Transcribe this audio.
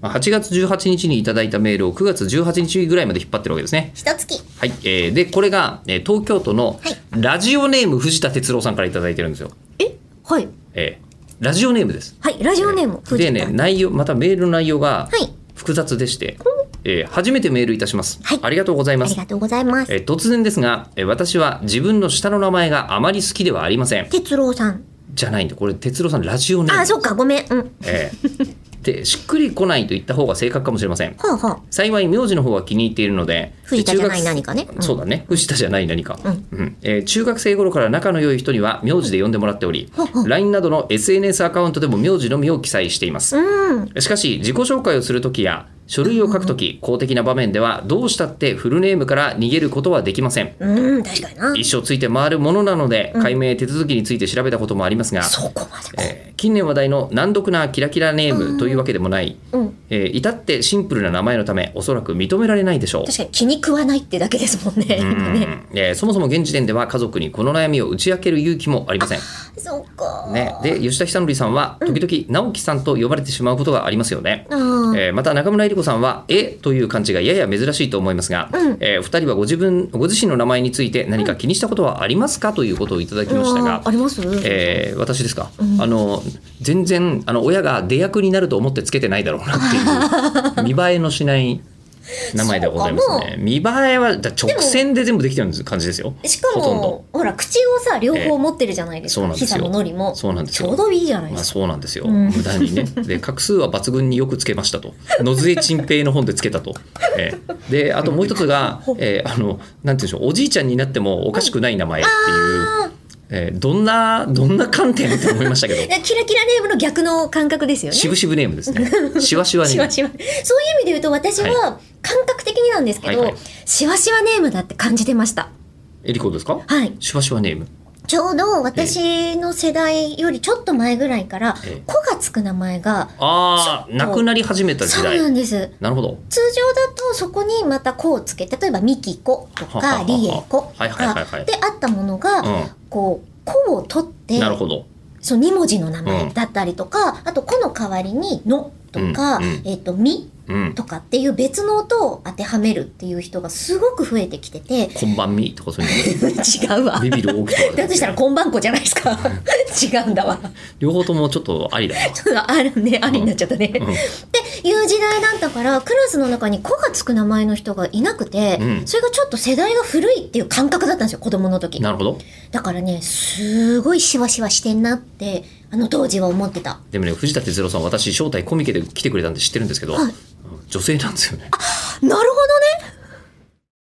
まあ8月18日にいただいたメールを9月18日ぐらいまで引っ張ってるわけですね。一月はい、えーでこれが、えー東京都のラジオネーム藤田哲郎さんからいただいてるんですよ。えはいえーラジオネームです。はいラジオネームでね内容またメールの内容がはい複雑でして、えー初めてメールいたします、はいありがとうございまありす。がとうございますえー突然ですが、えー私は自分の下の名前があまり好きではありません。哲郎さんじゃないんでこれ哲郎さんラジオネーム。あそっかごめんうんえーでしっくりこないと言った方が正確かもしれません。はあは幸い名字の方は気に入っているので藤田じゃない中学何かねうんそうだね藤田じゃない何か、うんうんえー中学生頃から仲の良い人には名字で呼んでもらっており、ほうほ LINE などの SNS アカウントでも名字のみを記載していますあ、うんしかし自己紹介をするときや書類を書くとき公的な場面ではどうしたってフルネームから逃げることはできませんうん確かにな一生ついて回るものなので解明手続きについて調べたこともありますが、そこまでかえー近年話題の難読なキラキラネームというわけでもない、うんえー至ってシンプルな名前のためおそらく認められないでしょう確かに気に食わないってだけですもんね今ねうんえーそもそも現時点では家族にこの悩みを打ち明ける勇気もありません。そっかね、で吉田久典さんは時々直樹さんと呼ばれてしまうことがありますよね。あえあーまた中村江里子さんは「え」という漢字がやや珍しいと思いますが、うんえー二人はご自分ご自身の名前について何か気にしたことはありますかということをいただきましたがあ、りますえー私ですか、あの全然あの親が出役になると思ってつけてないだろうな っていう見栄えのしない名前でございますそうね見栄えはだ直線で全部できてるんです感じですよしかほとんどもほら口をさ両方持ってるじゃないですええそうかなんですよ膝ものりもちそうなんですよょうどいいじゃないでまあすかそうなんですよ、うん無駄にねで画数は抜群によくつけましたと野津江陳平の本でつけたと、えーであともう一つが、えーあのなんていうんでしょうおじいちゃんになってもおかしくない名前っていう、えーどんなどんな観点って思いま したけどいやキラキラネームの逆の感覚ですよねしぶしぶネームです ねしわしわネしームわしわそういう意味で言うと私は感覚的になんですけど、はいはいしわしわネームだって感じてましたえりこですかはいシュワシュワネーム。ちょうど私の世代よりちょっと前ぐらいからええ「子」がつく名前がああ、なくなり始めた時そうな代。んですなるほど。通常だとそこにまた「子」をつけ例えば「みきこ」とははははか「りえこ」とはいはいはいはかいであったものが、うこう「子」を取ってん。なるほど。その2文字の名う前んだったりとか、あと「子」の代わりに「の」とかう「んうんえっとみ」うん。とかっていう別の音を当てはめるっていう人がすごく増えてき ててこんばんみとかそういう違うわの。ビビる大きいとか。だとしたらこんばんこじゃないですか違うんだわ両方ともちょっとありだな。ちょっとあるねありになっちゃったんね、っていう時代だったからクラスの中に「子」がつく名前の人がいなくて、うんそれがちょっと世代が古いっていう感覚だったんですよ子供の時なるほど。だからねすごいシワシワしてんなってあの当時は思ってたでもね、藤田哲郎さん、私、招待コミケで来てくれたんで知ってるんですけど、はいうん女性なんですよね。なるほどね